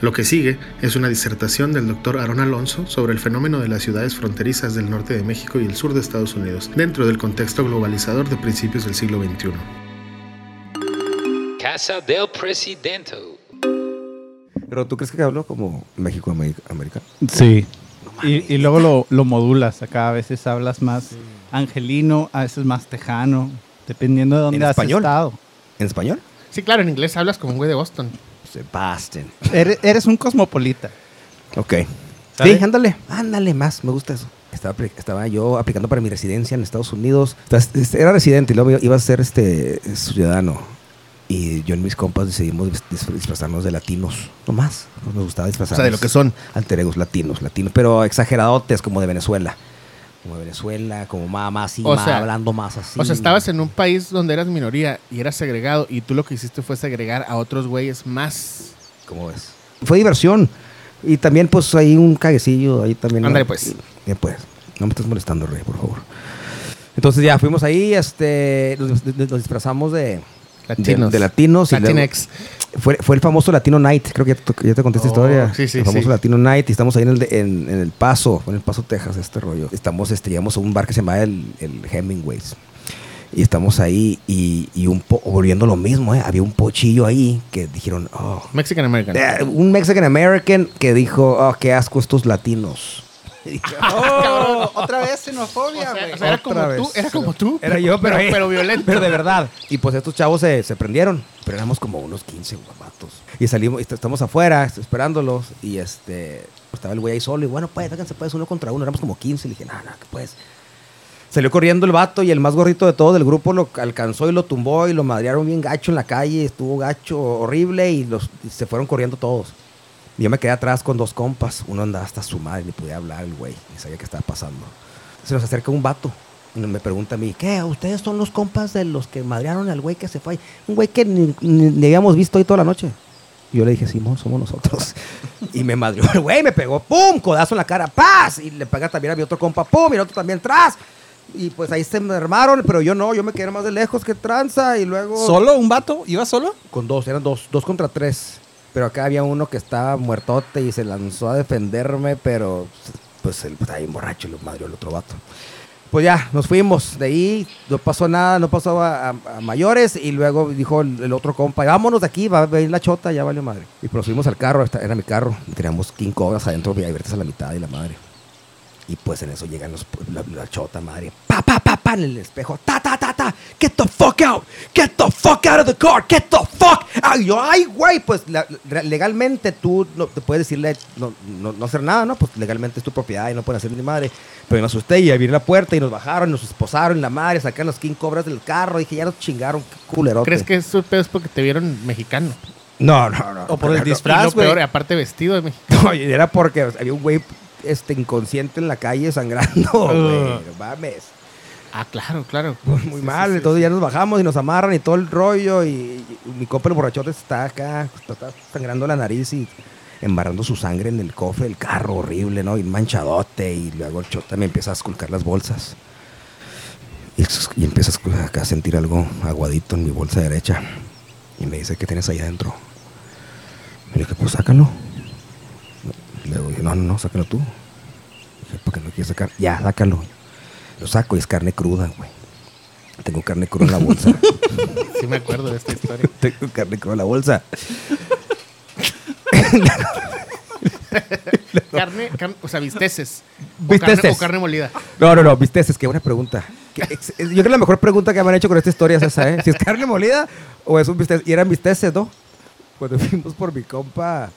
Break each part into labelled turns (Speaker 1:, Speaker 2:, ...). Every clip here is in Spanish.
Speaker 1: Lo que sigue es una disertación del doctor Aaron Alonso sobre el fenómeno de las ciudades fronterizas del norte de México y el sur de Estados Unidos, dentro del contexto globalizador de principios del siglo XXI.
Speaker 2: Casa del Presidente.
Speaker 3: Pero tú crees que hablo como México América. América?
Speaker 4: Sí. Y, y luego lo, lo modulas. Acá a veces hablas más angelino, a veces más tejano, dependiendo de
Speaker 3: ¿En
Speaker 4: dónde has
Speaker 3: español?
Speaker 4: estado.
Speaker 3: ¿En español?
Speaker 5: Sí, claro, en inglés hablas como un güey de Boston.
Speaker 3: Sebastián.
Speaker 4: Eres, eres un cosmopolita.
Speaker 3: Ok.
Speaker 4: ¿Sale?
Speaker 3: Sí, ándale, ándale más, me gusta eso. Estaba, apli- estaba yo aplicando para mi residencia en Estados Unidos. Estás- este, Era residente y luego iba a ser este ciudadano. Y yo y mis compas decidimos dis- dis- disfrazarnos de latinos, no más. Pues nos gustaba
Speaker 5: O
Speaker 3: disfrazarnos.
Speaker 5: sea, de lo que son.
Speaker 3: Alter egos latinos, latinos, pero exageradotes como de Venezuela. Como de Venezuela, como más, más así,
Speaker 5: O
Speaker 3: más
Speaker 5: sea,
Speaker 3: hablando más así.
Speaker 5: O sea, estabas en un país donde eras minoría y eras segregado y tú lo que hiciste fue segregar a otros güeyes más.
Speaker 3: ¿Cómo ves? Fue diversión. Y también, pues, hay un caguecillo ahí también. ¿no?
Speaker 5: Ándale, pues.
Speaker 3: Ya, pues. No me estás molestando, Rey, por favor. Entonces ya fuimos ahí, este, nos, nos- nos disfrazamos de,
Speaker 5: Latinos.
Speaker 3: de, de latinos. y
Speaker 5: Latinex.
Speaker 3: luego- fue, fue el famoso Latino Night, creo que ya te, ya te conté esta
Speaker 5: Oh,
Speaker 3: historia.
Speaker 5: sí, sí,
Speaker 3: el famoso
Speaker 5: sí.
Speaker 3: Latino Night, y estamos ahí en el, de- en, en el Paso, en el Paso, Texas, este rollo. Estamos, este, llegamos a un bar que se llama el, el Hemingways. Y estamos ahí y, y un po- volviendo a lo mismo, ¿eh? había un pochillo ahí que dijeron, oh,
Speaker 5: Mexican American.
Speaker 3: eh, un Mexican American que dijo, oh, qué asco estos latinos.
Speaker 4: Otra vez
Speaker 5: Oh. O sea,
Speaker 4: xenofobia,
Speaker 5: o sea, era
Speaker 3: Otra
Speaker 5: como
Speaker 3: vez.
Speaker 5: tú, era como tú.
Speaker 3: Era yo, pero- eh,
Speaker 5: pero, violento.
Speaker 3: Pero de verdad. Y pues estos chavos se, se prendieron. Pero éramos como unos 15 guapatos. Y salimos, y est- estamos afuera est- esperándolos. Y este, estaba el güey ahí solo. Y bueno, pues, háganse pues uno contra uno. Éramos como 15. Le dije, no, no, que pues. Salió corriendo el vato y el más gorrito de todo del grupo lo alcanzó y lo tumbó y lo madrearon bien gacho en la calle. Estuvo gacho, horrible. Y, los, y se fueron corriendo todos. Y yo me quedé atrás con dos compas. Uno andaba hasta su madre, ni podía hablar el güey, ni sabía qué estaba pasando. Se nos acerca un vato. y Me pregunta a mí, ¿qué? ¿Ustedes son los compas de los que madrearon al güey que se fue? ahí? Un güey que ni, ni- ni habíamos visto ahí toda la noche. Y Yo le dije, Simón, somos nosotros. Y me madrió el güey, me pegó, ¡pum! Codazo en la cara, ¡paz! Y le pega también a mi otro compa, ¡pum! Y el otro también, ¡tras! Y pues ahí se me armaron, pero yo no, yo me quedé más de lejos que tranza. Y luego.
Speaker 4: ¿Solo un vato? ¿Iba solo?
Speaker 3: Con dos, eran dos, dos contra tres. Pero acá había uno que estaba muertote y se lanzó a defenderme, pero pues él estaba bien borracho y lo madrió el otro vato. Pues ya, nos fuimos de ahí, no pasó nada, no pasó a, a- a mayores y luego dijo el, el otro compa, vámonos de aquí, va a venir la chota, ya valió madre. Y pues nos fuimos al carro, esta- era mi carro, y teníamos cinco horas adentro, abiertas a la mitad y la madre. Y pues en eso llegan los, la, la chota madre. Pa, pa, pa, pa, en el espejo. Ta, ta, ta, ta. Get the fuck out. Get the fuck out of the car. Get the fuck out. Y yo, ay, güey, pues la- la- legalmente tú no, te puedes decirle no, no, no hacer nada, ¿no? Pues legalmente es tu propiedad y no pueden hacer ni madre. Pero yo me asusté y abrí la puerta y nos bajaron, nos esposaron la madre, sacaron las 15 cobras del carro. Dije, ya nos chingaron, qué culerote.
Speaker 5: ¿Crees que eso es porque te vieron mexicano?
Speaker 3: No, no, no.
Speaker 4: O por el
Speaker 3: No, no.
Speaker 4: disfraz,
Speaker 5: y lo
Speaker 4: güey.
Speaker 5: peor, aparte vestido de mexicano.
Speaker 3: No, y era porque había un güey este, inconsciente en la calle sangrando, güey. No mames.
Speaker 5: Ah, claro, claro.
Speaker 3: Muy mal, entonces ya nos bajamos y nos amarran y todo el rollo. Y, y mi compa el borrachote está acá, está, está sangrando la nariz y embarrando su sangre en el cofre del carro, horrible, ¿no? Y manchadote. Y luego el chota me empieza a esculcar las bolsas. Y, s- y empieza a escul- acá a sentir algo aguadito en mi bolsa derecha. Y me dice, ¿qué tienes ahí adentro? Y le dije, pues sácalo. Le digo, no, no, no, sácalo tú. Dije, ¿por qué no quieres sacar? Ya, sácalo. Lo saco y es carne cruda, güey. Tengo carne cruda en la bolsa.
Speaker 5: Sí me acuerdo de esta historia.
Speaker 3: Tengo carne cruda en la bolsa.
Speaker 5: carne, carne- o sea, visteces. O
Speaker 3: Visteces.
Speaker 5: carne- O carne molida.
Speaker 3: No, no, no, viste, es que buena pregunta. Que ex- es- Yo creo que la mejor pregunta que me han hecho con esta historia es esa, ¿eh? Si es carne molida o es un bistec. Y eran bisteces, ¿no? Cuando fuimos por mi compa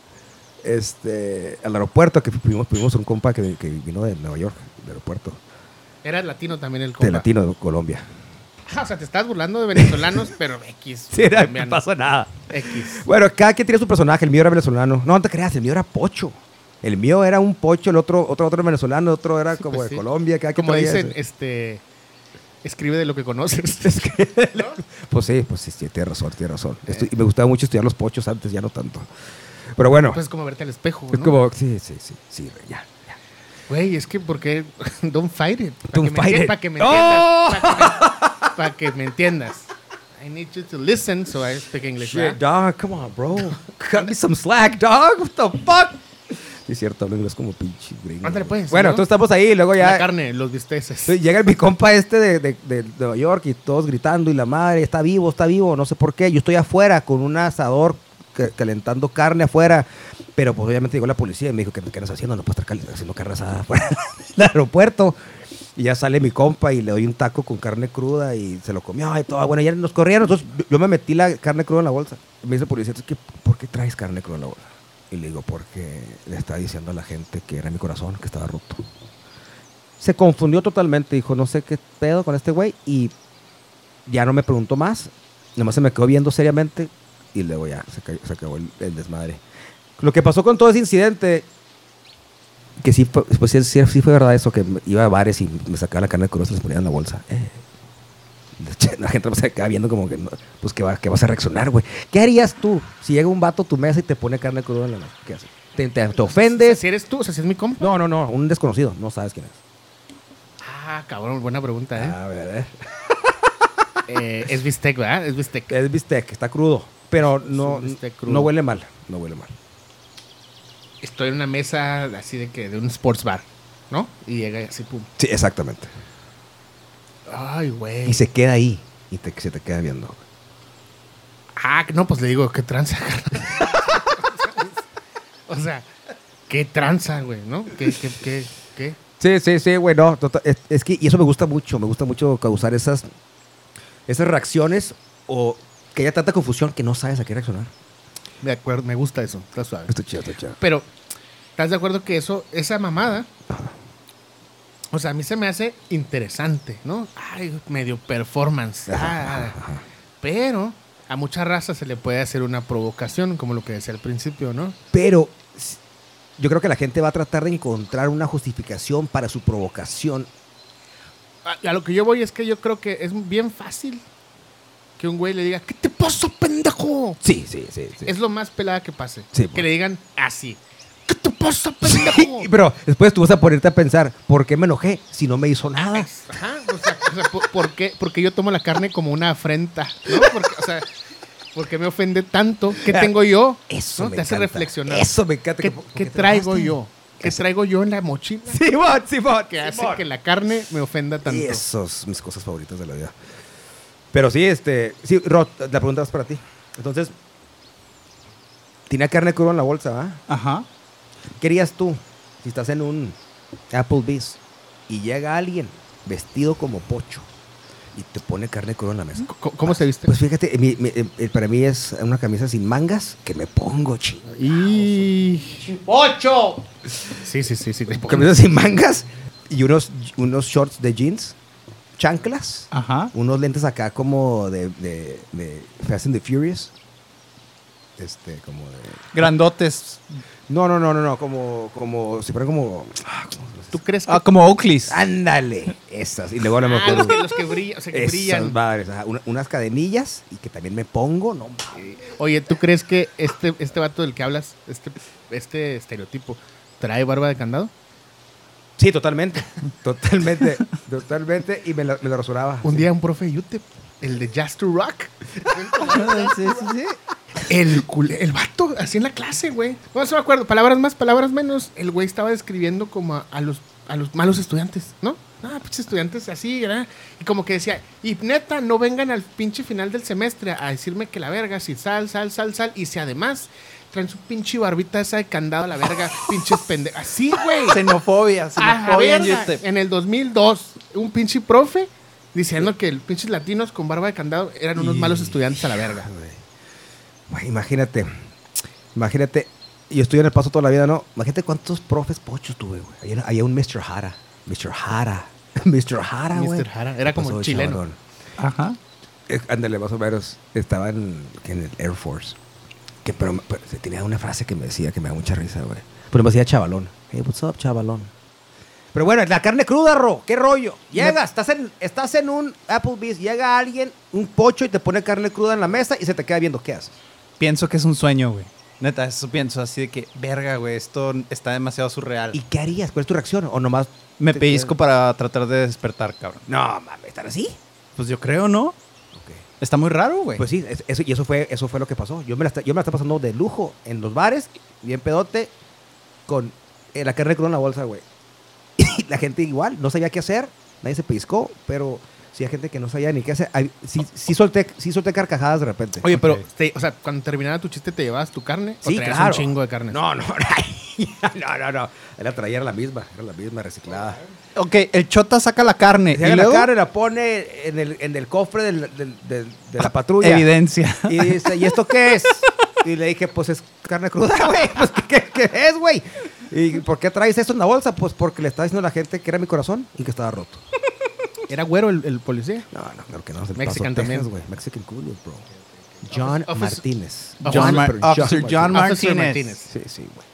Speaker 3: este, al aeropuerto, que fuimos, fuimos un compa que, que vino de Nueva York, del aeropuerto,
Speaker 5: Era latino también el
Speaker 3: de
Speaker 5: compa.
Speaker 3: Latino, de Colombia.
Speaker 5: Ah, o sea, te estás burlando de venezolanos, pero X.
Speaker 3: Sí, era, no
Speaker 5: colombiano,
Speaker 3: pasó nada.
Speaker 5: X.
Speaker 3: Bueno, cada quien tiene su personaje. El mío era venezolano. No, no te creas, el mío era pocho. El mío era un pocho, el otro, otro, otro venezolano, el otro era como de
Speaker 5: pues sí.
Speaker 3: Colombia. Cada quien
Speaker 5: Como
Speaker 3: traía
Speaker 5: dicen,
Speaker 3: ese.
Speaker 5: este. Escribe de lo que conoces. ¿No?
Speaker 3: Pues sí, pues sí, sí, tienes razón, tienes razón. Estu- y me gustaba mucho estudiar los pochos antes, ya no tanto. Pero bueno,
Speaker 5: Pues es como verte al espejo,
Speaker 3: es
Speaker 5: ¿no?
Speaker 3: como, sí, sí, sí, sí, ya. ya.
Speaker 5: Güey, es que porque don't fight it. Para
Speaker 3: Don't
Speaker 5: que me
Speaker 3: fight it.
Speaker 5: entiendas. Para que me entiendas. Para que, me entiendas. I need you to listen, so I speak English.
Speaker 3: Shit,
Speaker 5: ¿verdad?
Speaker 3: dog, come on, bro. Cut me some slack, dog. What the fuck? Sí, es cierto, hablo inglés como pinche gringo.
Speaker 5: Ándale, pues,
Speaker 3: Bueno,
Speaker 5: ¿no?
Speaker 3: entonces estamos ahí, y luego
Speaker 5: La
Speaker 3: ya.
Speaker 5: carne, los bisteces.
Speaker 3: Sí, Llega mi compa este de, de- de Nueva York y todos gritando y la madre, está vivo, está vivo, no sé por qué. Yo estoy afuera con un asador ca- calentando carne afuera, pero pues obviamente llegó la policía y me dijo que qué andas haciendo, no puedes estar cal- haciendo carne asada afuera del aeropuerto. Y ya sale mi compa y le doy un taco con carne cruda y se lo comió y todo. Bueno, ya nos corrieron, entonces yo- yo me metí la carne cruda en la bolsa. Y me dice el policía, "¿Tú qué- ¿por qué traes carne cruda en la bolsa? Y le digo, porque le estaba diciendo a la gente que era mi corazón, que estaba roto se confundió totalmente. Dijo, no sé qué pedo con este güey. Y ya no me preguntó más. Nomás se me quedó viendo seriamente. Y luego ya se, cayó- se acabó el, el desmadre. Lo que pasó con todo ese incidente, que sí, fue- pues sí, sí- sí fue verdad eso, que me- iba a bares y me sacaba la carne de cruz y les ponía en la bolsa. Eh. La gente se quedaba viendo como que, no, pues que, va, que vas a reaccionar, güey. ¿Qué harías tú si llega un vato a tu mesa y te pone carne cruda en la mesa? ¿Qué haces? ¿Te, te, te ofendes?
Speaker 5: Si eres tú, o sea, si es mi compa.
Speaker 3: No, no, no, un desconocido, no sabes quién es.
Speaker 5: Ah, cabrón, buena pregunta, ¿eh?
Speaker 3: A ver, a ver.
Speaker 5: Eh, es bistec, ¿verdad? Es bistec.
Speaker 3: Es bistec, está crudo. Pero no,
Speaker 5: un bistec crudo.
Speaker 3: no huele mal. No huele mal.
Speaker 5: Estoy en una mesa así de que de un sports bar, ¿no? Y llega y así, pum.
Speaker 3: Sí, exactamente.
Speaker 5: Ay, güey.
Speaker 3: Y se queda ahí. Y te, se te queda viendo.
Speaker 5: Ah, no, pues le digo, qué tranza, carnal? O sea, qué tranza, güey, ¿no? ¿Qué, qué, qué, qué?
Speaker 3: Sí, sí, sí, güey. No, tota- es, es que, y eso me gusta mucho. Me gusta mucho causar esas, esas reacciones o que haya tanta confusión que no sabes a qué reaccionar.
Speaker 5: De acuerdo, me gusta eso, está suave.
Speaker 3: Está chido, está chido.
Speaker 5: Pero, ¿estás de acuerdo que eso, esa mamada? O sea, a mí se me hace interesante, ¿no? Ay, medio performance. Ah, pero a mucha raza se le puede hacer una provocación, como lo que decía al principio, ¿no?
Speaker 3: Pero s- yo creo que la gente va a tratar de encontrar una justificación para su provocación.
Speaker 5: Ah, A, a lo que yo voy es que yo creo que es bien fácil que un güey le diga, ¿qué te pasó, pendejo?
Speaker 3: Sí, sí, sí. sí.
Speaker 5: Es lo más pelada que pase.
Speaker 3: Sí,
Speaker 5: que
Speaker 3: pues.
Speaker 5: le digan así, ¿qué te pasa, pendejo?
Speaker 3: Pero después tú vas a ponerte a pensar, ¿por qué me enojé si no me hizo nada?
Speaker 5: Ajá, o sea, o sea, ¿por, por qué, porque yo tomo la carne como una afrenta? ¿no? Porque, o sea, ¿por qué me ofende tanto? ¿Qué tengo yo?
Speaker 3: Ah, Eso
Speaker 5: ¿No?
Speaker 3: me
Speaker 5: te hace
Speaker 3: encanta.
Speaker 5: reflexionar.
Speaker 3: Eso me encanta.
Speaker 5: ¿Qué,
Speaker 3: que-
Speaker 5: qué
Speaker 3: que te
Speaker 5: traigo
Speaker 3: bajaste.
Speaker 5: yo? ¿Qué
Speaker 3: Eso.
Speaker 5: traigo yo en la mochila
Speaker 3: Simón, Simón.
Speaker 5: que hace
Speaker 3: Simón.
Speaker 5: que la carne me ofenda tanto?
Speaker 3: Y esas son mis cosas favoritas de la vida. Pero sí, este. Sí, Rod, la pregunta es para ti. Entonces, tenía carne cruda en la bolsa, ¿va?
Speaker 4: Ajá.
Speaker 3: ¿Qué harías tú si estás en un Applebee's y llega alguien vestido como pocho y te pone carne cruda en la mesa?
Speaker 5: Co- ¿Cómo se viste?
Speaker 3: Pues fíjate, mi- mi- eh, para mí es una camisa sin mangas que me pongo, ching.
Speaker 5: y... ¡Ocho! Sí, sí, sí, sí.
Speaker 3: Camisa sin mangas y unos, unos shorts de jeans, chanclas.
Speaker 4: Ajá.
Speaker 3: unos lentes acá como de, de, de Fast and the Furious. Este, como de...
Speaker 4: Grandotes.
Speaker 3: No, no, no, no, no, como, como, si fuera como... ah, ¿cómo se
Speaker 5: ¿Tú
Speaker 3: dice?
Speaker 5: crees que...
Speaker 4: Ah, como Oakleys.
Speaker 3: Ándale, esas. Y luego no me
Speaker 5: Ah, los
Speaker 3: acuerdo.
Speaker 5: que, los que brillan, o sea, que
Speaker 3: Esas
Speaker 5: brillan.
Speaker 3: madres, ajá, una- unas cadenillas y que también me pongo, no mames.
Speaker 5: Oye, ¿tú crees que este, este vato del que hablas, este, este estereotipo, trae barba de candado?
Speaker 3: Sí, totalmente. Totalmente, totalmente. Y me la, me la rasuraba.
Speaker 5: Un día un profe de UTEP, el de Just to Rock,
Speaker 4: sí, sí, sí.
Speaker 5: el, culé- el vato, así en la clase, güey. No, eso me acuerdo, palabras más, palabras menos. El güey estaba describiendo como a, a los, a los malos estudiantes, ¿no? Ah, pinches estudiantes así, ¿verdad? Y como que decía, y neta, no vengan al pinche final del semestre a decirme que la verga, si sal, sal, sal, sal. Y si además traen su pinche barbita esa de candado a la verga, pinches pendejos. Así, güey.
Speaker 4: Xenofobia.
Speaker 5: A la
Speaker 4: Xenofobia en
Speaker 5: verga,
Speaker 4: YouTube.
Speaker 5: en el 2002, un pinche profe diciendo que los pinches latinos con barba de candado eran unos
Speaker 3: Y-
Speaker 5: malos estudiantes a la verga.
Speaker 3: Güey, Imagínate, imagínate, yo estuve en el paso toda la vida, ¿no? Imagínate cuántos profes pochos tuve, güey. Había, había un Mr. Jara, Mr. Jara, Mr. Jara, güey.
Speaker 5: Mr. Jara, era
Speaker 3: ¿Qué
Speaker 5: como
Speaker 3: pasó,
Speaker 5: chileno.
Speaker 3: chavalón?
Speaker 4: Ajá.
Speaker 3: Eh, Ándale, más o menos, estaba en, que en el Air Force. Que, pero, pero se tenía una frase que me decía que me da mucha risa, güey. Pero me decía chavalón. Hey, what's up, chavalón? Pero bueno, la carne cruda, Ro, qué rollo. Llegas, estás, en, estás en un Applebee's, llega alguien, un pocho y te pone carne cruda en la mesa y se te queda viendo, ¿qué haces?
Speaker 4: Pienso que es un sueño, güey. Neta, eso pienso así de que, verga, güey, esto está demasiado surreal.
Speaker 3: ¿Y qué harías? ¿Cuál es tu reacción? ¿O nomás
Speaker 4: me
Speaker 3: te-
Speaker 4: pellizco para tratar de despertar, cabrón.
Speaker 3: No, mames, ¿estar así?
Speaker 4: Pues yo creo, ¿no?
Speaker 3: Ok.
Speaker 4: Está muy raro, güey.
Speaker 3: Pues sí, es- eso, y eso fue, eso fue lo que pasó. Yo me, la está- yo me la estaba pasando de lujo en los bares, bien pedote, con eh, la carne cruda en la bolsa, güey. Y la gente igual, no sabía qué hacer, nadie se piscó, pero sí hay gente que no sabía ni qué hacer. Ay, sí, sí, solté, sí solté carcajadas de repente.
Speaker 5: Oye, pero,
Speaker 4: Ok.
Speaker 5: te- o sea, cuando terminaba tu chiste, ¿te llevabas tu carne?
Speaker 3: Sí,
Speaker 5: o traías
Speaker 3: claro.
Speaker 5: un chingo de carne.
Speaker 3: No, no, no, no, no. Era traía la misma, era la misma reciclada.
Speaker 4: Ok, el chota saca la carne.
Speaker 3: Se
Speaker 4: y
Speaker 3: la
Speaker 4: luego,
Speaker 3: carne, la pone en el, en el cofre del- del- del- de
Speaker 4: Ah,
Speaker 3: la patrulla.
Speaker 4: evidencia.
Speaker 3: Y dice, ¿y esto qué es? Y le dije, pues es carne cruda, güey. Pues, ¿qué, qué es, güey? ¿Y por qué traes eso en la bolsa? Pues porque le estaba diciendo a la gente que era mi corazón y que estaba roto.
Speaker 5: Era güero el, el policía.
Speaker 3: No, no, claro que no. es del
Speaker 5: Mexican
Speaker 3: Paso,
Speaker 5: también.
Speaker 3: Texas, güey. Mexican cool, bro. John
Speaker 5: Officer-
Speaker 3: Martínez.
Speaker 5: Officer-
Speaker 4: John Mar-
Speaker 3: pero
Speaker 4: Officer John
Speaker 3: Martínez.
Speaker 5: Officer
Speaker 4: Martínez.
Speaker 5: Martínez.
Speaker 3: Sí, sí, güey.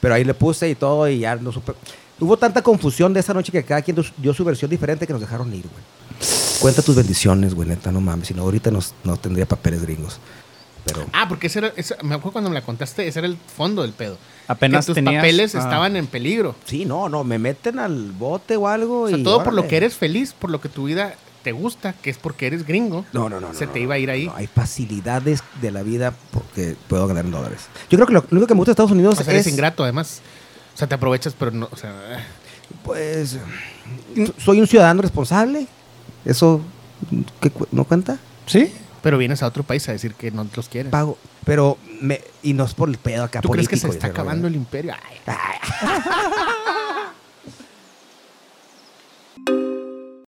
Speaker 3: Pero ahí le puse y todo y ya no supe. Hubo tanta confusión de esa noche que cada quien dio- dio su versión diferente que nos dejaron ir, güey. Cuenta tus bendiciones, güey, neta, no mames. Si no, ahorita nos, no tendría papeles gringos. Pero...
Speaker 5: Ah, porque ese era, ese- me acuerdo cuando me la contaste, ese era el fondo del pedo.
Speaker 4: Apenas
Speaker 5: que tus
Speaker 4: tenías-
Speaker 5: papeles
Speaker 4: ah.
Speaker 5: estaban en peligro.
Speaker 3: Sí, no, no, me meten al bote o algo.
Speaker 5: O sea,
Speaker 3: y
Speaker 5: todo por lo
Speaker 3: órale.
Speaker 5: que eres feliz, por lo que tu vida te gusta, que es porque eres gringo.
Speaker 3: No, no, no.
Speaker 5: Se
Speaker 3: no,
Speaker 5: te
Speaker 3: no,
Speaker 5: iba a ir ahí.
Speaker 3: no, hay facilidades de la vida porque puedo ganar en dólares. Yo creo que lo, lo único que me gusta de Estados Unidos
Speaker 5: o sea,
Speaker 3: es.
Speaker 5: eres ingrato, además. O sea, te aprovechas, pero no, o sea... eh.
Speaker 3: Pues. Soy un ciudadano responsable. ¿Eso ¿qué cu- no cuenta?
Speaker 4: ¿Sí?
Speaker 5: Pero vienes a otro país a decir que no los quieres.
Speaker 3: Pago. Pero. Me, y no es por el pedo acá
Speaker 5: ¿Tú crees que
Speaker 3: político
Speaker 5: se
Speaker 3: y
Speaker 5: está
Speaker 3: ese rollo.
Speaker 5: Ah, acabando el imperio? Ay,
Speaker 3: Ay,